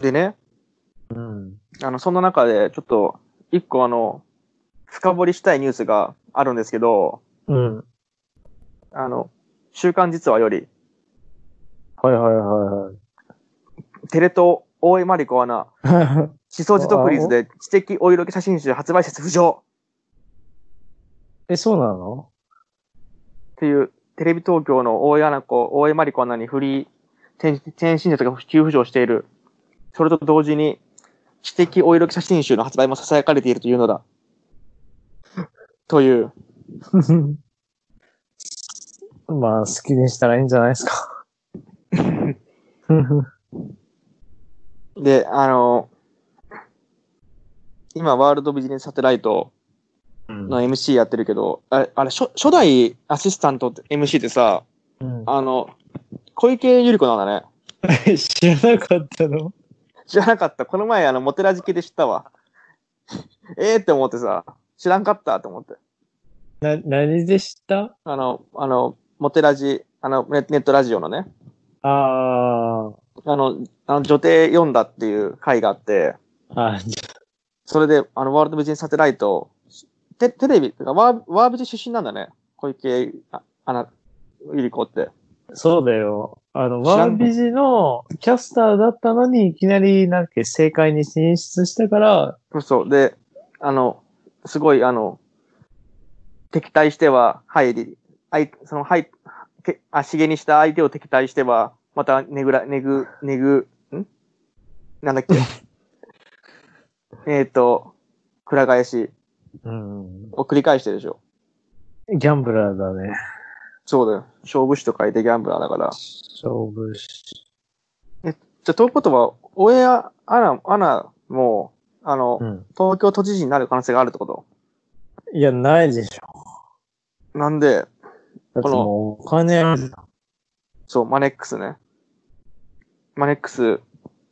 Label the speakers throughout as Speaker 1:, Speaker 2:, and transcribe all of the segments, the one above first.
Speaker 1: でね、
Speaker 2: うん。
Speaker 1: あの、その中で、ちょっと、一個あの、深掘りしたいニュースがあるんですけど、
Speaker 2: うん。はい
Speaker 1: あの、週刊実話より、
Speaker 2: はいは
Speaker 1: テレ東大江マリコアナ、
Speaker 2: い はい。
Speaker 1: 思想自得率で知的お色気写真集発売説浮上
Speaker 2: え、そうなの
Speaker 1: っていう、テレビ東京の大江アナ子、大江マリコアナにフリー、転転身説が急浮上している。それと同時に、知的お色気写真集の発売も囁かれているというのだ。という、
Speaker 2: まあ、好きにしたらいいんじゃないですか。
Speaker 1: で、あの、今、ワールドビジネスサテライトの MC やってるけど、あれ、あれ初初代アシスタントって MC ってさ、
Speaker 2: うん
Speaker 1: あの、小池百合子なんだね。
Speaker 2: 知らなかったの
Speaker 1: 知らなかった。この前、あの、モテラジ系で知ったわ。 ええって思ってさ、知らんかったって思って。
Speaker 2: な、何でした
Speaker 1: あの、あの、モテラジ、あの、ネネットラジオのね、
Speaker 2: あ
Speaker 1: あの、あの女帝読んだっていう回があって、
Speaker 2: あ、あじ
Speaker 1: それで、あの、ワールドビジネスサテライト、テテレビ、てかワーワービジ出身なんだね。小池、あ、あの、ゆり子って。
Speaker 2: ゃそうだよ。あの、
Speaker 1: 知ら
Speaker 2: ワ
Speaker 1: ん
Speaker 2: ンビジのキャスターだったのに、いきなりなんか正解に進出したから、
Speaker 1: そうそう。で、あの、すごい、あの、敵対しては入り、相その、はい、け足毛にした相手を敵対しては、また、ねぐら、ねぐ、ねぐ、んなんだっけえっと、くら返し
Speaker 2: うん、
Speaker 1: を繰り返してるでしょ。
Speaker 2: ギャンブラーだね。
Speaker 1: そうだよ。勝負師と書いてギャンブラーだから。
Speaker 2: 勝負し。
Speaker 1: じゃあ、ということは、大江アナ、アナも、あの、
Speaker 2: うん。
Speaker 1: 東京都知事になる可能性があるってこと
Speaker 2: いや、ないでしょ。
Speaker 1: なんで、
Speaker 2: だってもうお金ある。
Speaker 1: そう、マネックスね。マネックス、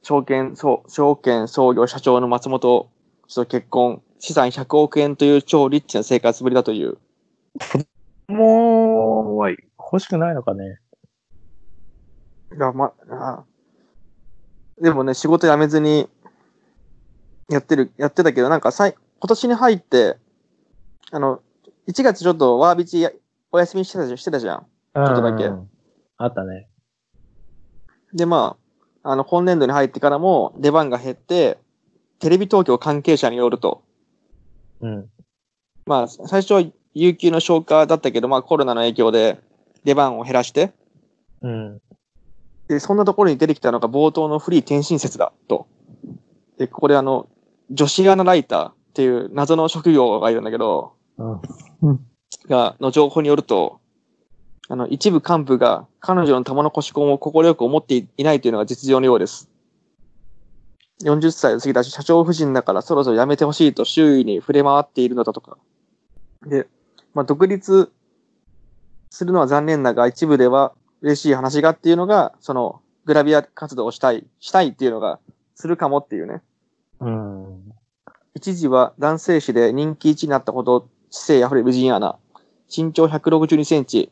Speaker 1: 証券、そう、証券創業社長の松本氏と結婚、資産100億円という超リッチな生活ぶりだという。
Speaker 2: もう、はい欲しくないのかね。
Speaker 1: いや、ま、あでもね、仕事辞めずに、やってる、やってたけど、なんかさい、今年に入って、あの、1月ちょっとワービチやお休みしてたじゃんしてたじゃん。
Speaker 2: ちょ
Speaker 1: っとだけ
Speaker 2: あったね。
Speaker 1: で、まあ、あの、今年度に入ってからも出番が減って、テレビ東京関係者によると、
Speaker 2: うん。
Speaker 1: まあ、最初は有給の消化だったけど、まあコロナの影響で出番を減らして、
Speaker 2: うん。
Speaker 1: で、そんなところに出てきたのが冒頭のフリー転身説だ、と。で、ここであの、女子アナライターっていう謎の職業がいるんだけど、
Speaker 2: うん。
Speaker 1: が、の情報によると、あの、一部幹部が彼女の玉の腰婚を快く思っていないというのが実情のようです。40歳を過ぎたし、社長夫人だからそろそろ辞めてほしいと周囲に触れ回っているのだとか。で、まあ、独立するのは残念だが、一部では嬉しい話がっていうのが、その、グラビア活動をしたい、したいっていうのが、するかもっていうね。
Speaker 2: うん。
Speaker 1: 一時は男性誌で人気1位になったほど知性あふれる美人アナ。身長162センチ。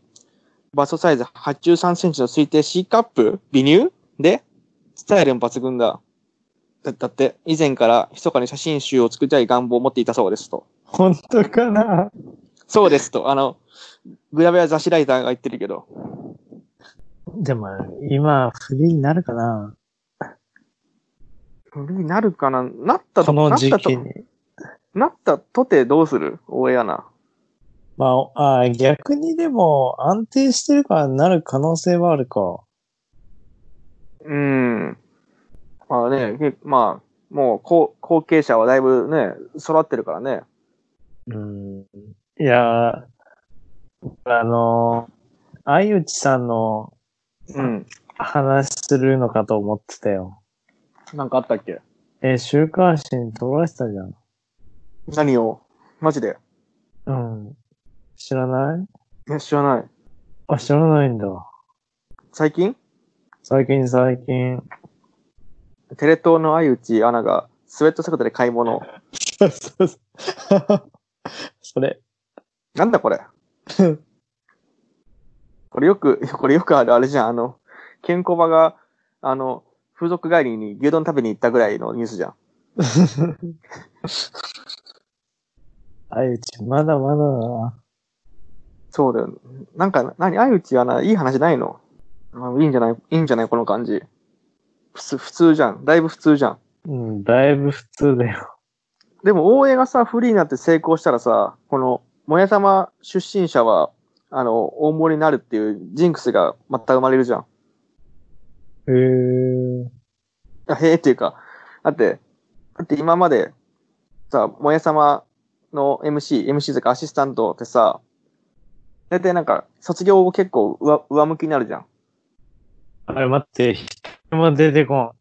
Speaker 1: バストサイズ83センチの推定 C カップ微乳で、スタイルも抜群だ。だだって、以前から密かに写真集を作りたい願望を持っていたそうですと。
Speaker 2: 本当かな
Speaker 1: そうですと。あの、グラビア雑誌ライターが言ってるけど。
Speaker 2: でも、今、フリーになるかな
Speaker 1: フリーになるかななったと、
Speaker 2: この時期
Speaker 1: なったと、
Speaker 2: に。
Speaker 1: なったとてどうする大江アナ。
Speaker 2: まあ、あ逆にでも、安定してるからなる可能性はあるか。
Speaker 1: うん。まあね、けまあ、もう後後継者はだいぶね、育ってるからね。
Speaker 2: うん。いやー、あのー、相内さんの
Speaker 1: うん。
Speaker 2: 話するのかと思ってたよ。
Speaker 1: なんかあったっけ
Speaker 2: え、週刊誌に撮らせたじゃん。
Speaker 1: 何をマジで
Speaker 2: うん。知らない
Speaker 1: え、知らない。
Speaker 2: あ、知らないんだ。
Speaker 1: 最近
Speaker 2: 最近最近。
Speaker 1: テレ東の相内アナがスウェット姿で買い物。
Speaker 2: そうそうそう。 それ。
Speaker 1: なんだこ れこれよく、これよくあるあれじゃん。あの、ケンコバが、あの、風俗帰りに牛丼食べに行ったぐらいのニュースじゃん。
Speaker 2: あいうち、まだまだだな。
Speaker 1: そうだよ、ね。なんか、何、相内はな、いい話ないの、まあ、いいんじゃないいいんじゃないこの感じ。普通、普通じゃん。だいぶ普通じゃん。
Speaker 2: うん、だいぶ普通だよ。
Speaker 1: でも、大江がさ、フリーになって成功したらさ、この、もやたま出身者は、あの、大盛りになるっていうジンクスがまた生まれるじゃん。い
Speaker 2: へえ。
Speaker 1: やへえっていうか、だって、だって今まで、さ、もやさまの MC、MC とかアシスタントってさ、大体なんか、卒業後結構上上向きになるじゃん。
Speaker 2: あれ、待って、一人も出てこ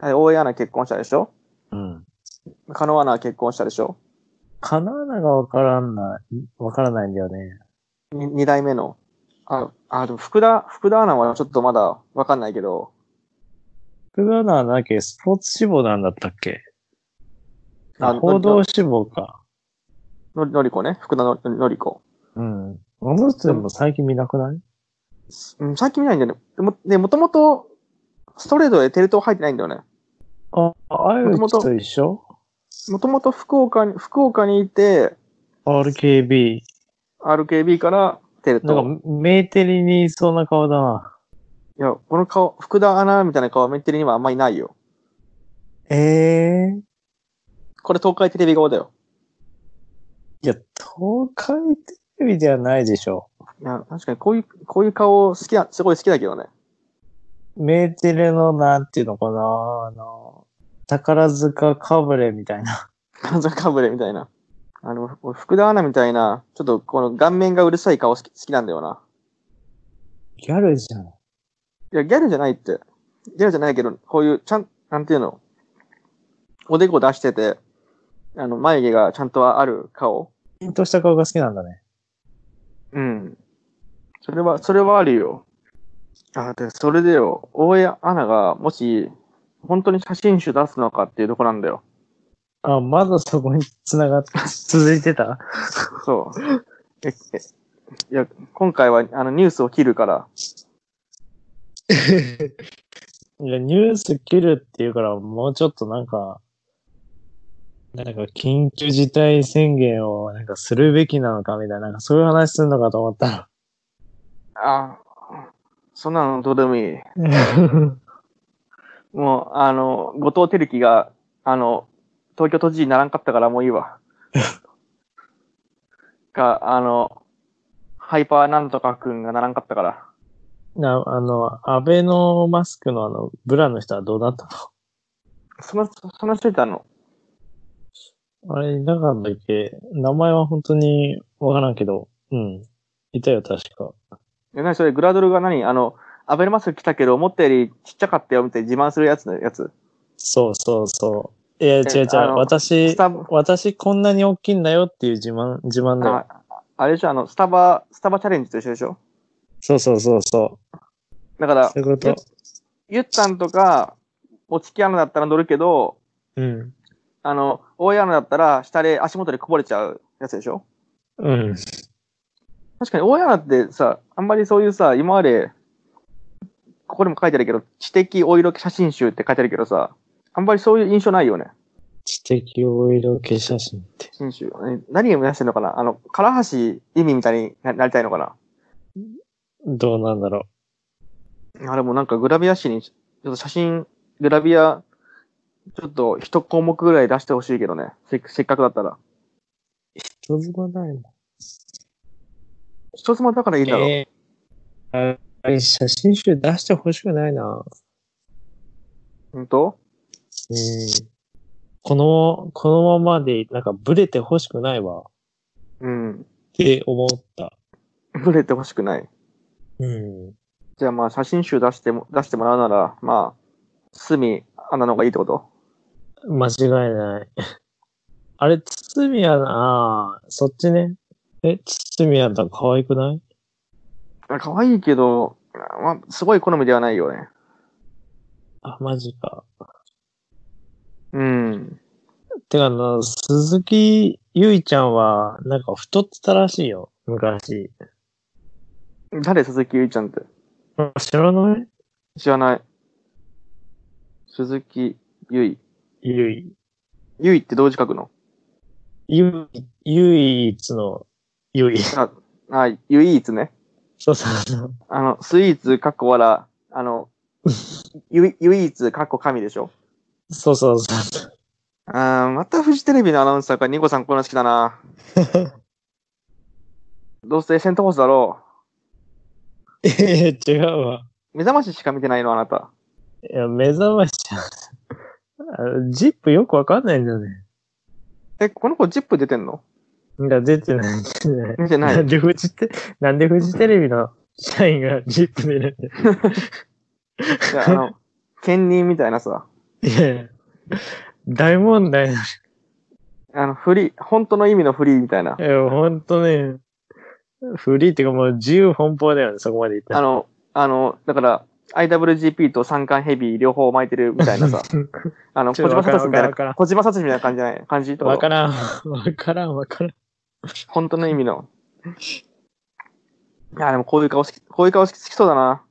Speaker 1: はい、大江アナ結婚したでしょ
Speaker 2: ん。うん。
Speaker 1: カノアナ結婚したでしょ
Speaker 2: カナーナがわからんない、わからないんだよね。
Speaker 1: に二代目の。あ、あ、でも福田、福田アナはちょっとまだわかんないけど、
Speaker 2: 福田アナはなんだっけ、スポーツ志望なんだったっけ
Speaker 1: あ
Speaker 2: 報道志望か。
Speaker 1: ののりこね、福田ののりこ。
Speaker 2: うん。あの人でも最近見なくない
Speaker 1: うん、最近見ないんだよね。でも、でもともと、ストレートでテレ東入ってないんだよね。
Speaker 2: あ、あゆ
Speaker 1: も
Speaker 2: ち
Speaker 1: とも
Speaker 2: と一緒
Speaker 1: もともと福岡に、福岡にいて、
Speaker 2: ?RKB。
Speaker 1: RKB からテレ
Speaker 2: な
Speaker 1: 東。
Speaker 2: んか、メーテリにいそうな顔だな。
Speaker 1: いや、この顔、福田アナみたいな顔はメンテリにはあんまりないよ。
Speaker 2: ええ
Speaker 1: これ東海テレビ側だよ。
Speaker 2: いや、東海テレビではないでしょ。
Speaker 1: いや、確かにこういう、こういう顔好きな、すごい好きだけどね。
Speaker 2: メーテレの、なんていうのかな、あの、宝塚かぶれみたいな。
Speaker 1: 彼女かぶれみたいな。あの、俺福田アナみたいな、ちょっとこの顔面がうるさい顔好き好きなんだよな。
Speaker 2: ギャルじゃん。
Speaker 1: いや、ギャルじゃないって。ギャルじゃないけど、こういう、ちゃん、なんていうの、おでこ出してて、あの、眉毛がちゃんとある顔。
Speaker 2: ピンとした顔が好きなんだね。
Speaker 1: うん。それは、それはあるよ。あ、で、それでよ、大江アナが、もし、本当に写真集出すのかっていうとこなんだよ。
Speaker 2: あ、まだそこに繋がって、 続いてた
Speaker 1: そう。え、えいや、今回は、あの、ニュースを切るから、
Speaker 2: いや、ニュース切るっていうから、もうちょっとなんか、なんか緊急事態宣言をなんかするべきなのかみたいな、なんかそういう話するのかと思った ら。
Speaker 1: あ、そんなのどうでもいい。もう、あの、後藤輝樹が、あの、東京都知事にならんかったからもういい わ。が、あの、ハイパーなんとかくんがならんかったから。
Speaker 2: な、あの、安倍のマスクのあの、ブラの人はどうなった
Speaker 1: その、その人いたの。
Speaker 2: の あれ、いなかったっけ名前は本当にわからんけど、うん。いたよ、確か。
Speaker 1: え、なにそれ、グラドルが何あの、アベルマスク来たけど、思ったよりちっちゃかったよ、みたいに自慢するやつのやつ。
Speaker 2: そうそうそう。いや、違う違う
Speaker 1: あの。
Speaker 2: 私
Speaker 1: ス、タバ、
Speaker 2: 私こんなに大きいんだよっていう自慢、自慢だよ。
Speaker 1: ああれでしょ、あの、スタバ、スタバチャレンジと一緒でしょ
Speaker 2: そうそうそうそ
Speaker 1: だか
Speaker 2: う。
Speaker 1: ら
Speaker 2: そう、いうこと。
Speaker 1: ゆったんとか、お月アナだったら乗るけど、
Speaker 2: うん。
Speaker 1: あの、大江アナだったら、下で足元でこぼれちゃうやつでしょ
Speaker 2: うん。
Speaker 1: 確かに、大江アナってさ、あんまりそういうさ、今まで、ここにも書いてあるけど、知的お色気写真集って書いてあるけどさ、あんまりそういう印象ないよね。
Speaker 2: 知的お色気写真って。
Speaker 1: 写真集。え何を目指してるのかなあの、唐橋意味みたいにななりたいのかな
Speaker 2: どうなんだろ
Speaker 1: あれもなんかグラビア誌に、ちょっと写真、グラビア、ちょっと一項目ぐらい出してほしいけどね。せっせっかくだったら。
Speaker 2: う。人妻ないもん。
Speaker 1: 一つもだからいいんだろう。
Speaker 2: えーあれ写真集出してほしくないな。
Speaker 1: 本当
Speaker 2: うん。この、このままで、なんかブレてほしくないわ。っ
Speaker 1: うん。
Speaker 2: て思った。
Speaker 1: ブレてほしくない。
Speaker 2: うん。
Speaker 1: じゃあまあ写真集出しても、出してもらうなら、まあ、隅、あんなの方がいいってこと
Speaker 2: 間違いない。 あれ、堤やなあー、そっちね。え、堤やったら可愛くない
Speaker 1: あ可愛いけど、まあ、すごい好みではないよね。
Speaker 2: あ、マジか。
Speaker 1: うん。
Speaker 2: てか、あの、鈴木ゆいちゃんは、なんか太ってたらしいよ。昔。
Speaker 1: 誰、鈴木ゆいちゃんって。
Speaker 2: あ知らない
Speaker 1: 知らない。鈴木ゆい。
Speaker 2: ゆい。
Speaker 1: ゆいって同時書くの
Speaker 2: ゆい、唯一の、ゆい。
Speaker 1: あ、あ、ゆいいつね。
Speaker 2: そうそうそう。
Speaker 1: あの、スイーツ、かっこわら、あの、ゆい、ゆいつ、かっこ神でしょ
Speaker 2: そうそうそう。
Speaker 1: あーまたフジテレビのアナウンサーか、ニコさんこなしてきたな。どうせセントホースだろ
Speaker 2: ええ、違うわ。
Speaker 1: う。目覚まししか見てないの、あなた。
Speaker 2: いや、目覚ましちゃう。ジップよくわかんないんだよね。
Speaker 1: え、この子、ジップ出てんの
Speaker 2: いや、出てないんだよね。
Speaker 1: 見てな
Speaker 2: ないん。でフジテ、なんでフジテレビの社員がジップでね。
Speaker 1: いやあの、兼任みたいなさ、
Speaker 2: いやいや大問題だ。。
Speaker 1: あの、フリー、本当の意味のフリーみたいない
Speaker 2: や、ほんとね、フリーっていうかもう自由奔放だよね、そこまでいった
Speaker 1: あ
Speaker 2: ら。
Speaker 1: の、あの、だから、IWGP と三冠ヘビー両方巻いてるみたいな さ、あの、
Speaker 2: ち
Speaker 1: 小
Speaker 2: ょ
Speaker 1: 島
Speaker 2: っとわから
Speaker 1: 聡
Speaker 2: ん
Speaker 1: みたいな、
Speaker 2: わからん
Speaker 1: 小島聡みたいな感じじゃない感じと
Speaker 2: わか
Speaker 1: か、
Speaker 2: らん、わからん、わからん。
Speaker 1: 本当の意味の。いや、でもこういう顔好き、こういう顔好き好きそうだな。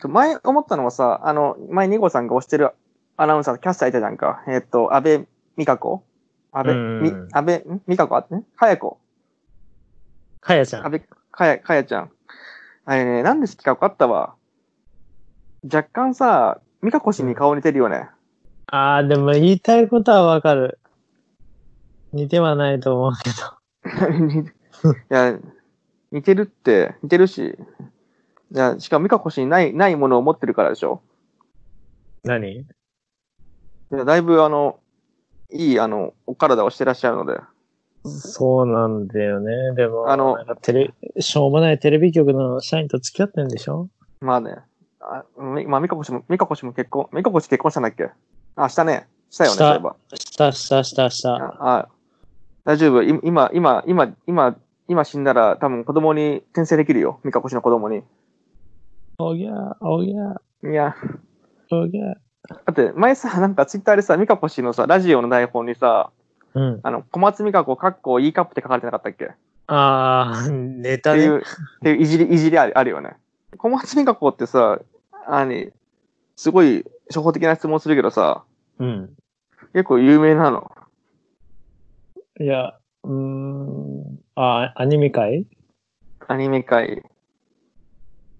Speaker 1: ちょ前思ったのはさ、あの、前二号さんが推してるアナウンサーのキャスターいたじゃんか。えっと、安倍美香子安倍、
Speaker 2: うん
Speaker 1: み、安倍、ん美香子あってねかや子。
Speaker 2: かやちゃ
Speaker 1: 安
Speaker 2: ん。
Speaker 1: 倍、かや、かやちゃん。あれね、なんで好きか分かったわ。若干さ、美香子氏に顔似てるよね。
Speaker 2: ああ、でも言いたいことはわかる。似てはないと思うけど。
Speaker 1: いや、似てるって、似てるし。いや、しかも美香子氏にない、ないものを持ってるからでしょ。
Speaker 2: 何
Speaker 1: いやだいぶあの、いいあの、お体をしてらっしゃるので。
Speaker 2: そうなんだよね。でも、
Speaker 1: あの
Speaker 2: なんかテレ、しょうもないテレビ局の社員と付き合ってんでしょ
Speaker 1: まあね。あみまあ、美香子氏も、美香子氏も結婚、美香子氏結婚したんだっけあ、したね。したよね、そ
Speaker 2: した
Speaker 1: ういえば。
Speaker 2: したしたしたした。
Speaker 1: ああ大丈夫。い今、今、今、今、今死んだら多分子供に転生できるよ。三越の子供に。
Speaker 2: おぎゃー、おぎゃー、
Speaker 1: いや、
Speaker 2: おぎゃー。
Speaker 1: だって前さ、なんかツイッターでさ、三越のさ、ラジオの台本にさ、
Speaker 2: うん。
Speaker 1: あの、小松美香子、かっこいいカップって書かれてなかったっけっ
Speaker 2: ああ、ネ
Speaker 1: て
Speaker 2: タ
Speaker 1: い
Speaker 2: ね。
Speaker 1: う、っていういじり、いじりあるあるよね。小松美香子ってさ、あに、すごい初歩的な質問するけどさ、
Speaker 2: うん。
Speaker 1: 結構有名なの。
Speaker 2: いや、うーん。あー、アニメ界
Speaker 1: アニメ界。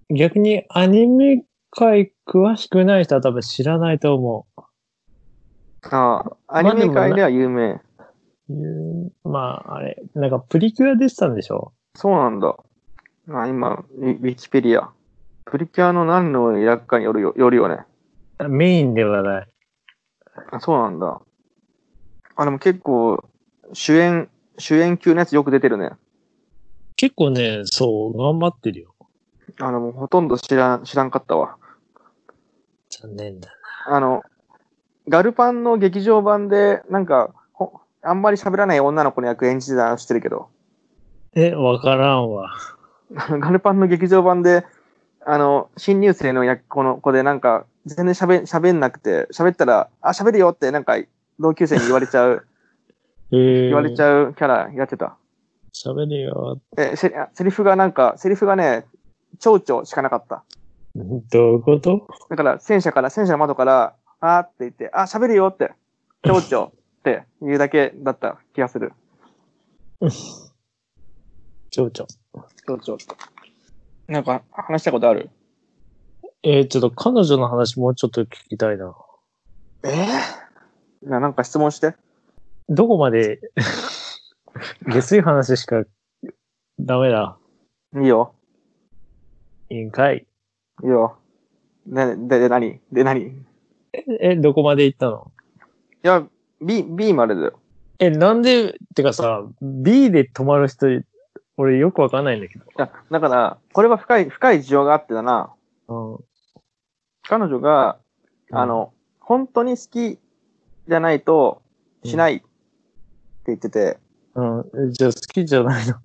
Speaker 2: 逆にアニメ界詳しくない人は多分知らないと思う。
Speaker 1: ああ、アニメ界では有名。
Speaker 2: いうまあ、あれ、なんかプリキュア出てたんでしょ
Speaker 1: そうなんだ。あ、今、ウィウィキペディア。プリキュアの何の役かによるよよるよね。
Speaker 2: メインではない。
Speaker 1: あ、そうなんだ。あ、でも結構、主演、主演級のやつよく出てるね。
Speaker 2: 結構ね、そう、頑張ってるよ。
Speaker 1: あの、もうほとんど知らん、知らんかったわ。
Speaker 2: 残念だ。
Speaker 1: あの、ガルパンの劇場版で、なんか、ほあんまり喋らない女の子の役演じてたの知ってるけど、
Speaker 2: え、わからんわ。
Speaker 1: あのガルパンの劇場版で、あの、新入生の役、この子でなんか、全然喋、喋んなくて、喋ったら、あ、喋るよってなんか、同級生に言われちゃう。
Speaker 2: えー、
Speaker 1: 言われち
Speaker 2: う。
Speaker 1: ゃうキャラやってた。
Speaker 2: 喋るよ。
Speaker 1: え、セリあセリフがなんか、セリフがね、蝶々しかなかった。
Speaker 2: どういうこと
Speaker 1: だから、戦車から、戦車の窓から、あーって言って、あ、喋るよって、蝶々って言うだけだった気がする。
Speaker 2: 蝶々。
Speaker 1: 蝶々なんか、話したことある
Speaker 2: えー、ちょっと彼女の話もうちょっと聞きたいな。
Speaker 1: ええななんか質問して。
Speaker 2: どこまで、 下水話しかダメだ。
Speaker 1: いいよ。
Speaker 2: いいんかい。
Speaker 1: いいよ。で、で、で、何で、何い
Speaker 2: え、どこまで行ったの
Speaker 1: や、B、B までだよ。
Speaker 2: え、なんで、てかさ、B で止まる人、俺よくわかんないんだけ
Speaker 1: いや、だから、これは深い、深い事情があってだな。
Speaker 2: ど。
Speaker 1: 彼女が、あ、の、本当に好きじゃないとしないって言ってて、
Speaker 2: うん。じゃあ好きじゃないの。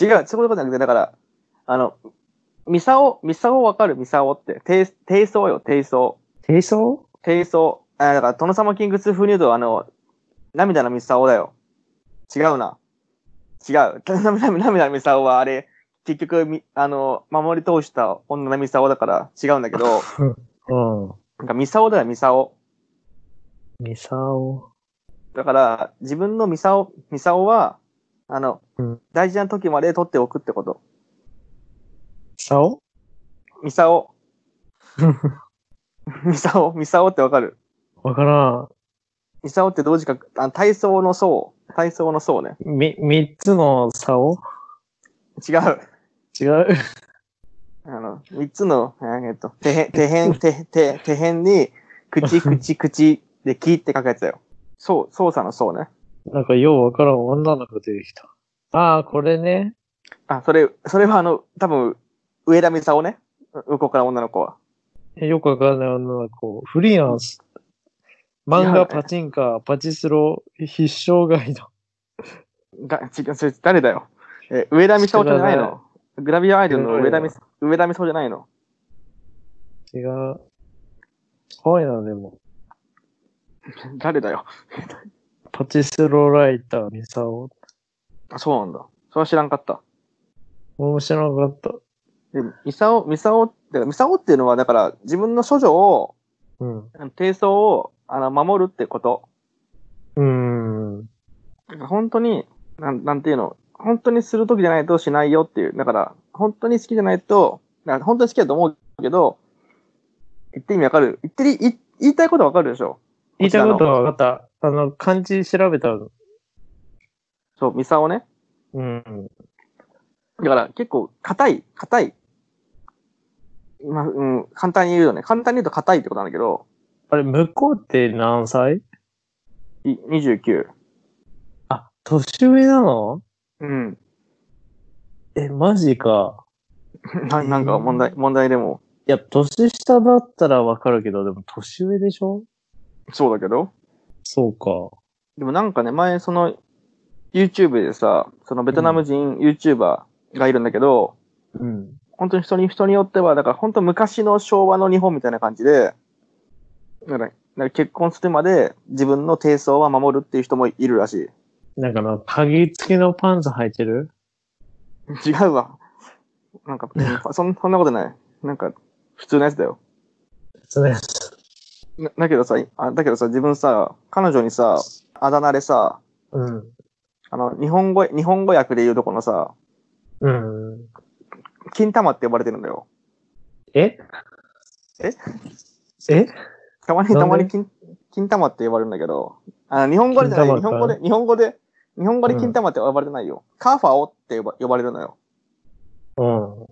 Speaker 1: 違う、そういうことじゃなくて、だから、あの、ミサオ、ミサオわかるミサオって、低、低層よ、低層。
Speaker 2: 低層
Speaker 1: 低層。あ、だから、トノサマキング2風に言うと、あの、涙のミサオだよ。違うな。違う。 涙の涙のミサオは、あれ、結局み、あの、守り通した女のミサオだから違うんだけど、
Speaker 2: うん。
Speaker 1: なんかミサオだよ、ミサオ。
Speaker 2: ミサオ。
Speaker 1: だから、自分のミサオ、ミサオは、あの、
Speaker 2: うん
Speaker 1: 大事な時まで取っておくってこと。
Speaker 2: サオ
Speaker 1: ミサオ。 ミサオ、ミサオってわかる
Speaker 2: わから
Speaker 1: ミサオって同時か、あ体操の層。体操の層ね。
Speaker 2: ん。み、三つのサオ
Speaker 1: 違う。
Speaker 2: 違う。
Speaker 1: あの、三つの、えーえっと、手辺、手辺、手、手、手辺に、口、口、口で、キって書くやつだよ。そう、操作の層ね。
Speaker 2: なんかようわからん女の子出てきた。ああ、これね。
Speaker 1: あ、それ、それはあの、多分、上田美沙をね。う向こうから女の子は。
Speaker 2: よくわからない女の子。フリーランス。漫
Speaker 1: いや
Speaker 2: 画、パチンカー、パチスロ、必勝ガイド。
Speaker 1: が、違う、それ誰だよ。え、上田美沙じゃない
Speaker 2: 知らな
Speaker 1: の。グラビアアイドルの上
Speaker 2: 知らな
Speaker 1: 田
Speaker 2: い
Speaker 1: 美
Speaker 2: わ
Speaker 1: 沙、上田美沙じゃないの。
Speaker 2: 違う。怖いな、でも。
Speaker 1: 誰だよ。
Speaker 2: パチスロライター、ミサオ。
Speaker 1: あ、そうなんだ。それは知らんかった。
Speaker 2: 面白かっ
Speaker 1: で、ミサオ、ミサオって、ミサオっていうのは、だから、自分の処女を、
Speaker 2: た。うん。
Speaker 1: あの貞操を、あの、守るってこと。
Speaker 2: うーん。
Speaker 1: なんか本当に、なん、なんていうの、本当にするときじゃないとしないよっていう。だから、本当に好きじゃないと、だから本当に好きだと思うけど、言って意味わかる言ってり、言い言いたいことわかるでしょ
Speaker 2: 言いたいことは分かった。あの、漢字調べたの。
Speaker 1: そう、ミサオね。
Speaker 2: うん。
Speaker 1: だから、結構、硬い、硬い。まあ、うん、簡単に言うとね、簡単に言うと硬いってことなんだけど、
Speaker 2: あれ、向こうって何歳
Speaker 1: い29。
Speaker 2: あ、年上なの
Speaker 1: うん。
Speaker 2: え、マジか。
Speaker 1: ななんか問題、問題でも、
Speaker 2: いや、年下だったら分かるけど、でも年上でしょ
Speaker 1: そうだけど。
Speaker 2: そうか。
Speaker 1: でもなんかね、前その、YouTube でさ、そのベトナム人 YouTuber がいるんだけど、
Speaker 2: うん。
Speaker 1: 本当に人に、人によっては、だから本当昔の昭和の日本みたいな感じで、だからだから結婚するまで自分の貞操は守るっていう人もいるらし
Speaker 2: なんかな、鍵付きのパンツ履いてる
Speaker 1: い。違うわ。なんか、そんそんなことない。なんか、普通のやつだよ。
Speaker 2: そうです。
Speaker 1: なだけどさあ、だけどさ、自分さ、彼女にさ、あだ名でさ、
Speaker 2: うん。
Speaker 1: あの、日本語、日本語訳で言うとこのさ、
Speaker 2: うん。
Speaker 1: 金玉って呼ばれてるんだよ。
Speaker 2: え
Speaker 1: え
Speaker 2: え
Speaker 1: たまに、
Speaker 2: なんで
Speaker 1: たまに金、金玉って呼ばれるんだけど、あの日本語でじゃない、
Speaker 2: 金
Speaker 1: 日
Speaker 2: 玉
Speaker 1: 本
Speaker 2: か
Speaker 1: 語で、日本語で、日本語で金玉って呼ばれてないよ。カーファオって呼ば呼ばれるのよ。
Speaker 2: うん。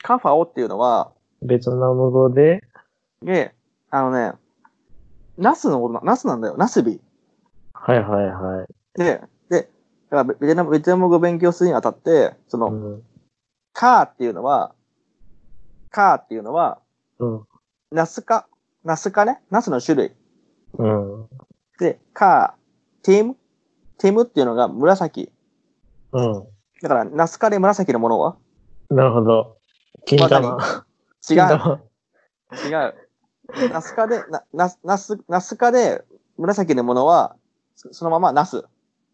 Speaker 1: カーファオっていうのは、
Speaker 2: ベトナム語で、
Speaker 1: で、あのね、ナスのことな、ナスなんだよ。ナスビ。
Speaker 2: はいはいはい。
Speaker 1: で、で、だからベベトナム、ベトナム語を勉強するにあたって、そうの、
Speaker 2: ん。
Speaker 1: カーっていうのは、カーっていうのは、
Speaker 2: うん。
Speaker 1: ナスカ、ナスカね、ナスの種類。
Speaker 2: うん。
Speaker 1: で、カー、ティム、ティムっていうのが紫。
Speaker 2: うん。
Speaker 1: だから、ナスカで紫のものは
Speaker 2: なるほど。金
Speaker 1: わ
Speaker 2: 玉。
Speaker 1: 違
Speaker 2: 金
Speaker 1: う。
Speaker 2: 玉
Speaker 1: 違う。ナスカで、な、な、ナス、ナスカで、紫のものは、そそのままナス。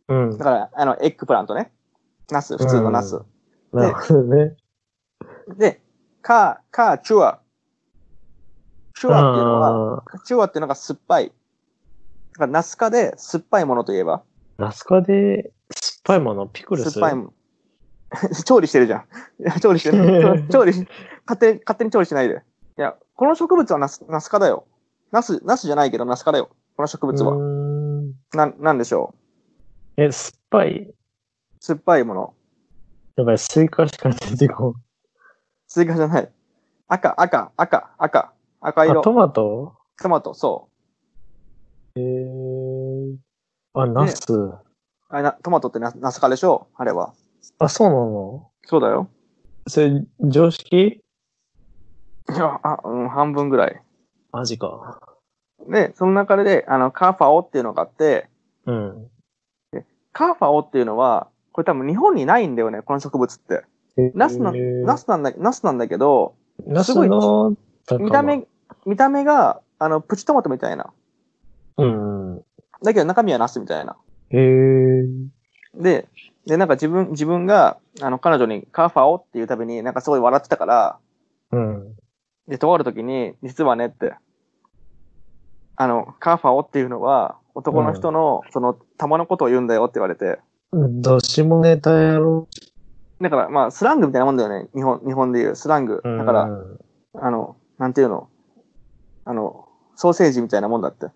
Speaker 2: うん
Speaker 1: だ。から、あの、エッグプラントね。ナス、普通のナス。
Speaker 2: なるほどね。
Speaker 1: で、カー、カー、チュア。チュアっていうのは、チュアっていうのが酸っぱい。だから、ナスカで酸っぱいものといえば、
Speaker 2: うんナスカで酸っぱいもの、ピクル
Speaker 1: 酸っ
Speaker 2: ス
Speaker 1: ぱいもの。 調理してるじゃん。いや調理して ない。調理し、勝手に、勝手に調理しないで。いや、この植物はナス、ナスカだよ。ナス、ナスじゃないけど、ナスカだよ。この植物は。
Speaker 2: うーん
Speaker 1: なん、なんでしょう
Speaker 2: え、酸っぱい
Speaker 1: 酸っぱいもの。
Speaker 2: やばい、スイカしか出てこ
Speaker 1: スイカじゃない。赤、赤、赤、赤。赤
Speaker 2: ない。あ、
Speaker 1: 色。
Speaker 2: トマト
Speaker 1: トマト、そ
Speaker 2: えー。あ、ナス。
Speaker 1: う。あれな、トマトってナナスカでしょあれは。
Speaker 2: あ、そうなの
Speaker 1: そうだよ。
Speaker 2: それ、常識
Speaker 1: いや、あ、うん、半分ぐらい。
Speaker 2: マジか。
Speaker 1: で、その中で、あの、カーファオっていうのがあって、
Speaker 2: うん。
Speaker 1: カーファオっていうのは、これ多分日本にないんだよね、この植物って。ナスの、ナ
Speaker 2: ス、
Speaker 1: スなんだ、ナスなんだけど、
Speaker 2: ナス
Speaker 1: すごい
Speaker 2: の、
Speaker 1: 見た目、見た目が、あの、プチトマトみたいな。
Speaker 2: うん。へ
Speaker 1: だけど中身はナスみたいな。
Speaker 2: えー。
Speaker 1: で、で、なんか自分、自分が、あの、彼女にカーファオっていうたびになんかすごい笑ってたから、
Speaker 2: うん。
Speaker 1: で、とある時に、実はねって、あの、カーファオっていうのは、男の人の、その、玉のことを言うんだよって言われて、
Speaker 2: どしもネタやろ
Speaker 1: だから、まあ、スラングみたいなもんだよね。日本、日本で言うスラング。
Speaker 2: う。
Speaker 1: だから、
Speaker 2: うん
Speaker 1: あの、なんていうのあの、ソーセージみたいなもんだって。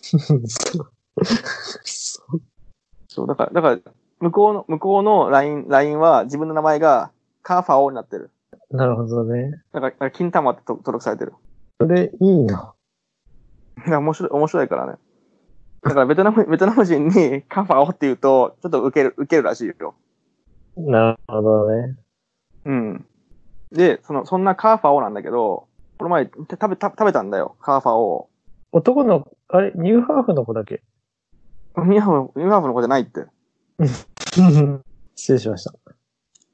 Speaker 2: そうそう
Speaker 1: そう、だから、だから、向こうの、向こうの LINE、LINE は自分の名前がカーファオになってる。
Speaker 2: なるほどね。
Speaker 1: だから、だから金玉ってと登録されてる。
Speaker 2: それいいの。
Speaker 1: だから 面白い、面白いからね。だからベトナム、 ベトナム人にカーファオって言うと、ちょっとウケる、ウケるらしいよ。
Speaker 2: なるほどね。
Speaker 1: うん。で、その、そんなカーファオなんだけど、この前、た食べ、た食べたんだよ、カーファオを。
Speaker 2: 男の、あれ、ニューハーフの子だけ。
Speaker 1: ミハム、ミハムの子じゃないって。
Speaker 2: 失礼しました。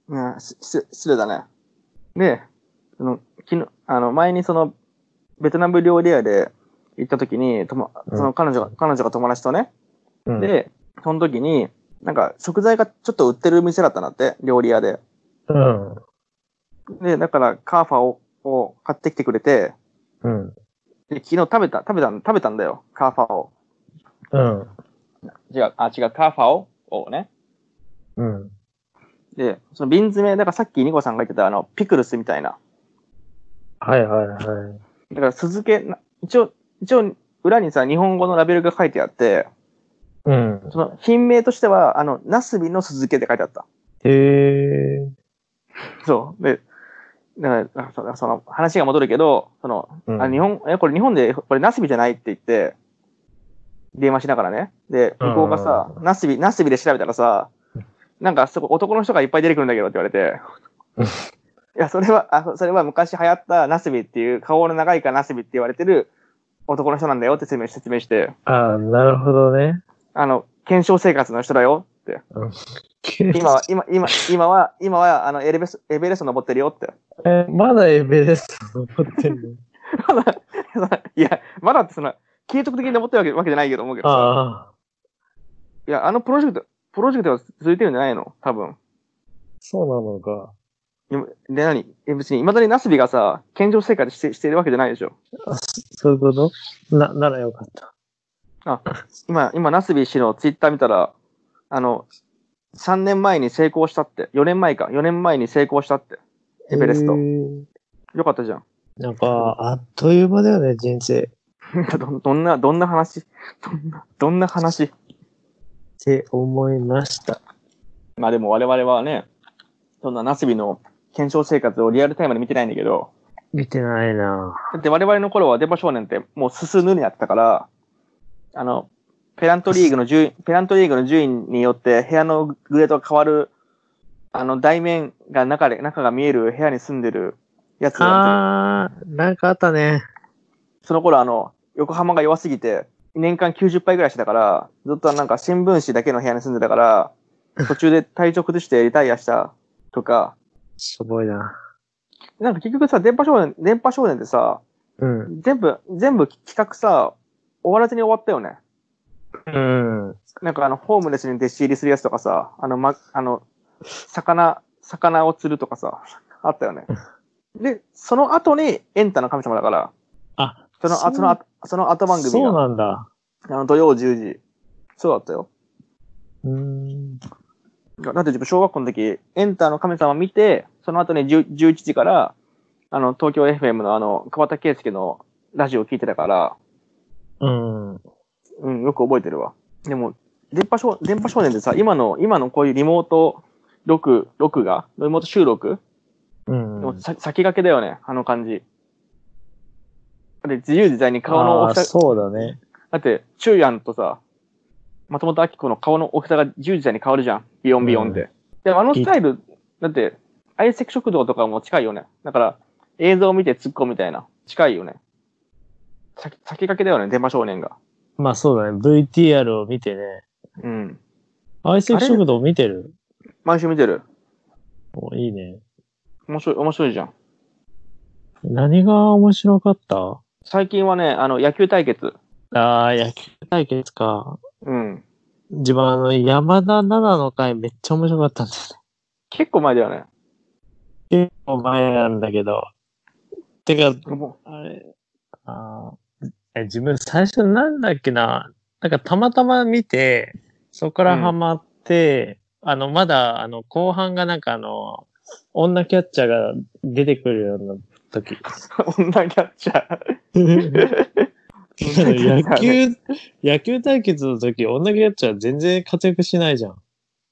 Speaker 1: うん、しし失礼だね。で、その、昨日、あの、前にその、ベトナム料理屋で行った時に、とも、
Speaker 2: うん
Speaker 1: その彼女が、彼女が友達とね、
Speaker 2: うん、
Speaker 1: で、その時に、なんか食材がちょっと売ってる店だったんだって、料理屋で。
Speaker 2: うん。
Speaker 1: で、だからカーファを、を買ってきてくれて、
Speaker 2: うん。
Speaker 1: で、昨日食べた、食べたん、食べたんだよ、カーファを。
Speaker 2: うん。
Speaker 1: 違う、あ、違う、カーファををね。
Speaker 2: うん。
Speaker 1: で、その瓶詰め、だからさっきニコさんが言ってたあの、ピクルスみたいな。
Speaker 2: はいはいはい。
Speaker 1: だから、鈴けな一応、一応、裏にさ、日本語のラベルが書いてあって、
Speaker 2: うん。
Speaker 1: その、品名としては、あの、ナスビの鈴けって書いてあった。
Speaker 2: へえ。
Speaker 1: そう。で、だからだから、その、話が戻るけど、その、
Speaker 2: うん
Speaker 1: あ日本、え、これ日本で、これナスビじゃないって言って、電話しながらね。で、向こうがさ、ナスビ、ナスビで調べたらさ、なんか、そこ男の人がいっぱい出てくるんだけどって言われて
Speaker 2: う ん、
Speaker 1: いや、それは、あそそれは昔流行ったナスビっていう、顔の長いからナスビって言われてる男の人なんだよって説明し説明して、
Speaker 2: ああ、なるほどね。
Speaker 1: あの、検証生活の人だよ って。今は、今、今、今は、今は、あの、エレベス、エベレスト登ってるよって。
Speaker 2: え、まだエベレスト登ってる
Speaker 1: まだ、そのいや、まだってその、継続的に登ってるわけわけじゃないけど思うけど
Speaker 2: の
Speaker 1: さ。
Speaker 2: ああ、
Speaker 1: いや、あのプロジェクト、プロジェクトは続いてるんじゃないの多分。
Speaker 2: そうなのか。
Speaker 1: で、何え別に、未だにナスビがさ、健常生活してしてるわけじゃないでしょ。
Speaker 2: あそそういうことな、ならよかった。
Speaker 1: 今、今、ナスビ氏のツイッター見たら、あの、3年前に成功したって。4年前か。4年前に成功したって。エベレスト
Speaker 2: へー
Speaker 1: よかったじゃん。
Speaker 2: なんか、あっという間だよね、人生。
Speaker 1: どどんな、どんな話どんな、どんな話
Speaker 2: って思いました。
Speaker 1: まあでも我々はね、そんなナスビの検証生活をリアルタイムで見てないんだけど、
Speaker 2: 見てないな
Speaker 1: だって我々の頃はデバ少年ってもうすすぬになってたから、あの、ペラントリーグの順位、ペラントリーグの順位によって部屋のグレードが変わる、あの、台面が中で、中が見える部屋に住んでるやつなんて
Speaker 2: あー、なんかあったね。
Speaker 1: その頃あの、横浜が弱すぎて、年間90杯ぐらいしてたから、ずっとなんか新聞紙だけの部屋に住んでたから、途中で体調崩してリタイアしたとか、
Speaker 2: しょぼいな。
Speaker 1: なんか結局さ、電波少年、電波少年ってさ、
Speaker 2: うん。
Speaker 1: 全部、全部企画さ、終わらずに終わったよね。
Speaker 2: うん。
Speaker 1: なんかあの、ホームレスに弟子入りするやつとかさ、あの、ま、あの、魚、魚を釣るとかさ、あったよね。で、その後にエンタの神様だから、
Speaker 2: あ、
Speaker 1: その、あその後、その後番組
Speaker 2: そう
Speaker 1: が、
Speaker 2: なんだ。
Speaker 1: あの、土曜10時。そうだったよ。
Speaker 2: うーん。
Speaker 1: だだって自分小学校の時、エンタの神様見て、その後に10 11時から、あの、東京 FM のあの、桑田圭介のラジオを聞いてたから、
Speaker 2: うん。
Speaker 1: うん、よく覚えてるわ。でも、電波少電波少年ってさ、今の、今のこういうリモート録、録画リモート収録、
Speaker 2: うん。
Speaker 1: でもさ先駆けだよね、あの感じ。で、自由自在に顔の
Speaker 2: あ
Speaker 1: 大
Speaker 2: ー
Speaker 1: きさ、
Speaker 2: そうだね。
Speaker 1: だって、チュウヤンとさ、松本明子の顔の大きさが自由自在に変わるじゃん。ビヨンビヨンで。
Speaker 2: う
Speaker 1: でもあのスタイル、だって、愛席食堂とかも近いよね。だから、映像を見て突っ込むみたいな。近いよね。先先駆けだよね、電波少年が。
Speaker 2: まあそうだね。VTR を見てね。
Speaker 1: うん。
Speaker 2: 相席食堂見てる
Speaker 1: 毎週見てる。
Speaker 2: おいいね。
Speaker 1: 面白い、面白いじゃん。
Speaker 2: 何が面白かった
Speaker 1: 最近はね、あの、野球対決。
Speaker 2: ああ、野球対決か。
Speaker 1: うん。
Speaker 2: 自分あの、山田奈々の回めっちゃ面白かったんです
Speaker 1: 結構前だよね。
Speaker 2: ね。結構前なんだけど、てか、
Speaker 1: も
Speaker 2: あれ、あーえ、自分最初なんだっけな、なんかたまたま見て、そこからハマって、あの、まだ、あの、後半がなんかあの、女キャッチャーが出てくるような 時。
Speaker 1: う女キャッチャー。
Speaker 2: 野球、野球対決の時、女キャッチャー全然活躍しないじゃん。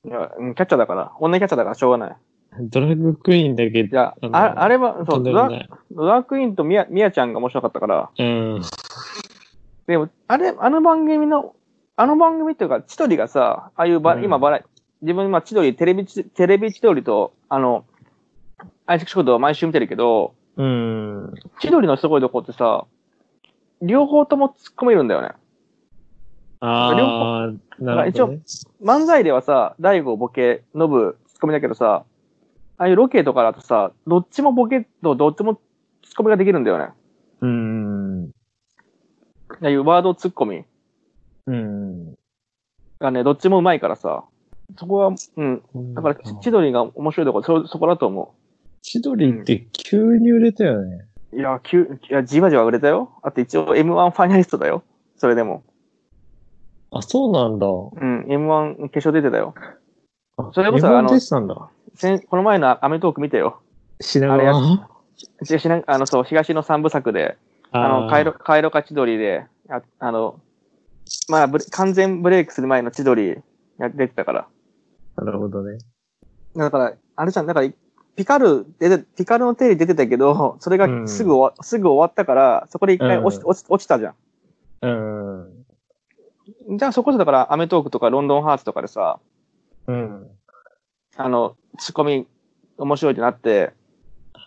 Speaker 1: いや、うんキャッチャーだから。女キャッチャーだからしょうがない。
Speaker 2: ドラッグクイーンだけ
Speaker 1: い、や、
Speaker 2: あの
Speaker 1: ああれは、そ
Speaker 2: と
Speaker 1: う、
Speaker 2: んで
Speaker 1: ド
Speaker 2: も
Speaker 1: ラ
Speaker 2: ない。
Speaker 1: ドラクイーンとミヤミヤちゃんが面白かったから、
Speaker 2: うん。
Speaker 1: でも、あれ、あの番組の、あの番組っていうか、千鳥がさ、ああいうば、
Speaker 2: うん
Speaker 1: 今バラ、自分今千鳥、テレビち、テレビ千鳥と、あの、愛食食堂を毎週見てるけど、
Speaker 2: うん。
Speaker 1: 千鳥のすごいとこってさ、両方とも突っ込めるんだよね。
Speaker 2: ああ、なるほど、ね。
Speaker 1: 漫才ではさ、大悟ボケ、ノブツッコミだけどさ、ああいうロケとかだとさ、どっちもボケとどっちもツッコミができるんだよね。
Speaker 2: うん。
Speaker 1: ああいうワードツッコミ
Speaker 2: うん。
Speaker 1: がね、どっちもうまいからさ、そこは、うん、だからち千鳥が面白いとこそ、そこだと思
Speaker 2: 千鳥って急に売れたよね。
Speaker 1: う。いや、急、いや、じわじわ売れたよ。あと一応 M1 ファイナリストだよ。それでも。
Speaker 2: あ、そうなんだ。
Speaker 1: うん、M1 決勝出てたよ。
Speaker 2: あ
Speaker 1: それこそあの
Speaker 2: M1 出てたんだ。
Speaker 1: 先この前のアメトーク見てよ。
Speaker 2: 品
Speaker 1: あれや
Speaker 2: 川
Speaker 1: ししなあの、そう、東の三部作で、あの、カイロ、。カイロか千鳥で、ああの、まあブレ、完全ブレイクする前の千鳥が出てたから。
Speaker 2: ーなるほどね。
Speaker 1: だから、あれじゃん、だから、ピカル出て、ピカルの手に出てたけど、 それ
Speaker 2: う
Speaker 1: が
Speaker 2: ん
Speaker 1: すぐ終わ、すぐ終わったから、そこで一回
Speaker 2: うん
Speaker 1: 落ち、落ち、落ちたじゃ
Speaker 2: うん。
Speaker 1: ん。じゃあそこでだから、アメトークとかロンドンハーツとかでさ、
Speaker 2: うん。
Speaker 1: あの、ツッコミ面白いってなって、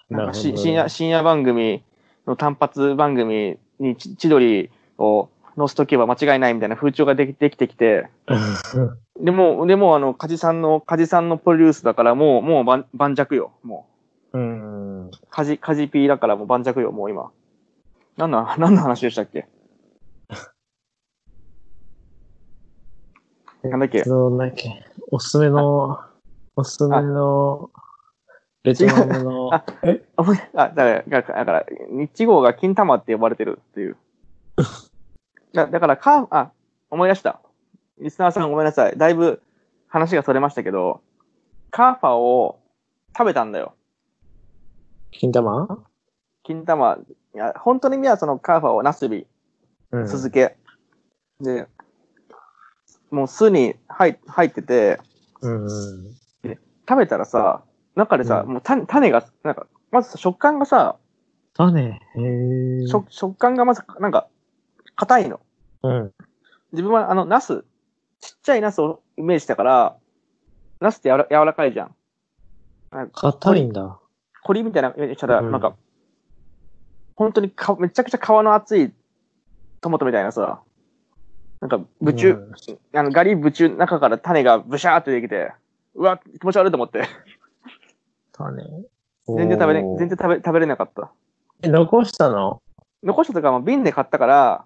Speaker 1: なんかし深夜、深夜番組の単発番組にち千鳥を載せとけば間違いないみたいな風潮ができできてきて、
Speaker 2: うん
Speaker 1: でも、でも、あの、梶さんの、梶さんのプロデュースだから、もう、もうばん盤石よ。も
Speaker 2: うん。
Speaker 1: う、梶、梶 P だからもう盤石よ、もう今。なんの、何の話でしたっけなんだっけ
Speaker 2: そうなんだっけおすすめの、おすすめの、ベトナムの、
Speaker 1: ああ、もうあ、だから、だから、だから日号が金玉って呼ばれてるっていう。だだから、カーフ、あ、思い出した。リスナーさんごめんなさい。だいぶ話がそれましたけど、カーファを食べたんだよ。
Speaker 2: 金玉
Speaker 1: 金玉。いや、本当に見はそのカーファをナスビ
Speaker 2: うん
Speaker 1: 続け。で、もう巣に入入ってて、
Speaker 2: うんうん。
Speaker 1: 食べたらさ、中でさ、
Speaker 2: う
Speaker 1: もう種種が、なんか、まずさ食感がさ、
Speaker 2: 種。へぇ
Speaker 1: 食食感がまず、なんか、硬いの。
Speaker 2: うん。
Speaker 1: 自分はあの、ナス、ちっちゃいナスをイメージしたから、ナスってやわら柔らかいじゃん。なんか
Speaker 2: 硬いんだ。
Speaker 1: コリみたいなイメージしたら、
Speaker 2: うん
Speaker 1: なんか、本当にかめちゃくちゃ皮の厚いトマトみたいなさ、なんか、ぶちゅ、
Speaker 2: うん
Speaker 1: あの、ガリブチュ中から種がブシャーって出てきて、うわ、気持ち悪いと思って。
Speaker 2: 種。
Speaker 1: 全然食べれ、
Speaker 2: おー
Speaker 1: 全然食べ、食べれなかった。
Speaker 2: え残したの
Speaker 1: 残したとか、まあ瓶で買ったから、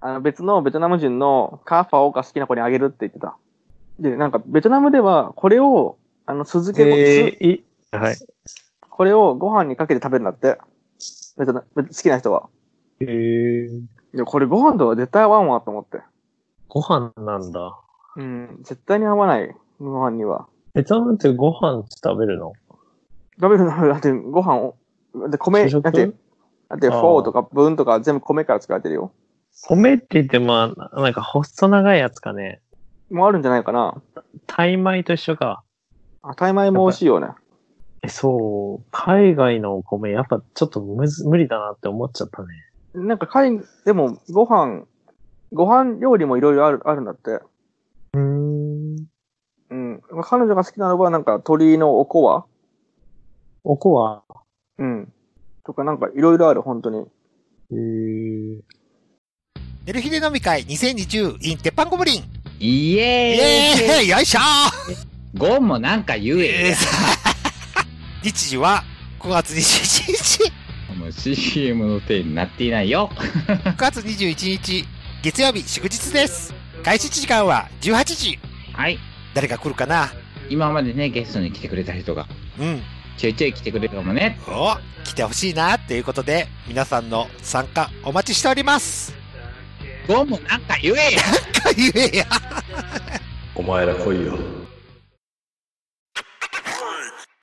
Speaker 1: あの、別のベトナム人のカーファオが好きな子にあげるって言ってた。で、なんか、ベトナムでは、これを、あの、酢漬け、
Speaker 2: えー、い、はい。
Speaker 1: すこれをご飯にかけて食べるんだって。ベトナベ好きな人は。
Speaker 2: えー、
Speaker 1: いや、これご飯とは絶対合わんわと思って。
Speaker 2: ご飯なんだ。
Speaker 1: うん、絶対に合わない。ご飯には。
Speaker 2: ベトナムってご飯って食べるの
Speaker 1: 食べるのだって、ご飯を、だって米、
Speaker 2: 主食
Speaker 1: だって、だって、
Speaker 2: あ
Speaker 1: フ
Speaker 2: ー
Speaker 1: ォーとかブンとか全部米から作られてるよ。
Speaker 2: 米って言ってまあ、なんか細長いやつかね。
Speaker 1: もうあるんじゃないかな。
Speaker 2: タイ米と一緒か。
Speaker 1: あ、タイ米も美味しいよね。
Speaker 2: え、そう。海外のお米、やっぱちょっとむず無理だなって思っちゃったね。
Speaker 1: なんか海、でもご飯、ご飯料理もいろいろある、あるんだって。
Speaker 2: うーん。
Speaker 1: うん。彼女が好きなのはなんか鳥のおこわ
Speaker 2: おこわ。
Speaker 1: うん。とかなんかいろいろある、本当に。
Speaker 2: えー、
Speaker 3: 寝る日で飲み会 2020in 鉄板ゴブリン。
Speaker 4: イ
Speaker 3: イ
Speaker 4: エーイ
Speaker 3: エーイよいしょ
Speaker 4: ゴンもなんか言
Speaker 3: ー
Speaker 4: えよ。
Speaker 3: さあ日時は5月21日。
Speaker 4: もう CM の手になっていないよ。
Speaker 3: 9月21日、月曜日祝日です。開始時間は18時。
Speaker 4: はい。
Speaker 3: 誰が来るかな
Speaker 4: 今までね、ゲストに来てくれた人が、
Speaker 3: うん。
Speaker 4: ちょいちょい来てくれるかもね。
Speaker 3: お来てほしいなということで、皆さんの参加お待ちしております。
Speaker 4: ゴンもなんか言えや
Speaker 3: 言えや
Speaker 5: お前ら来いよ。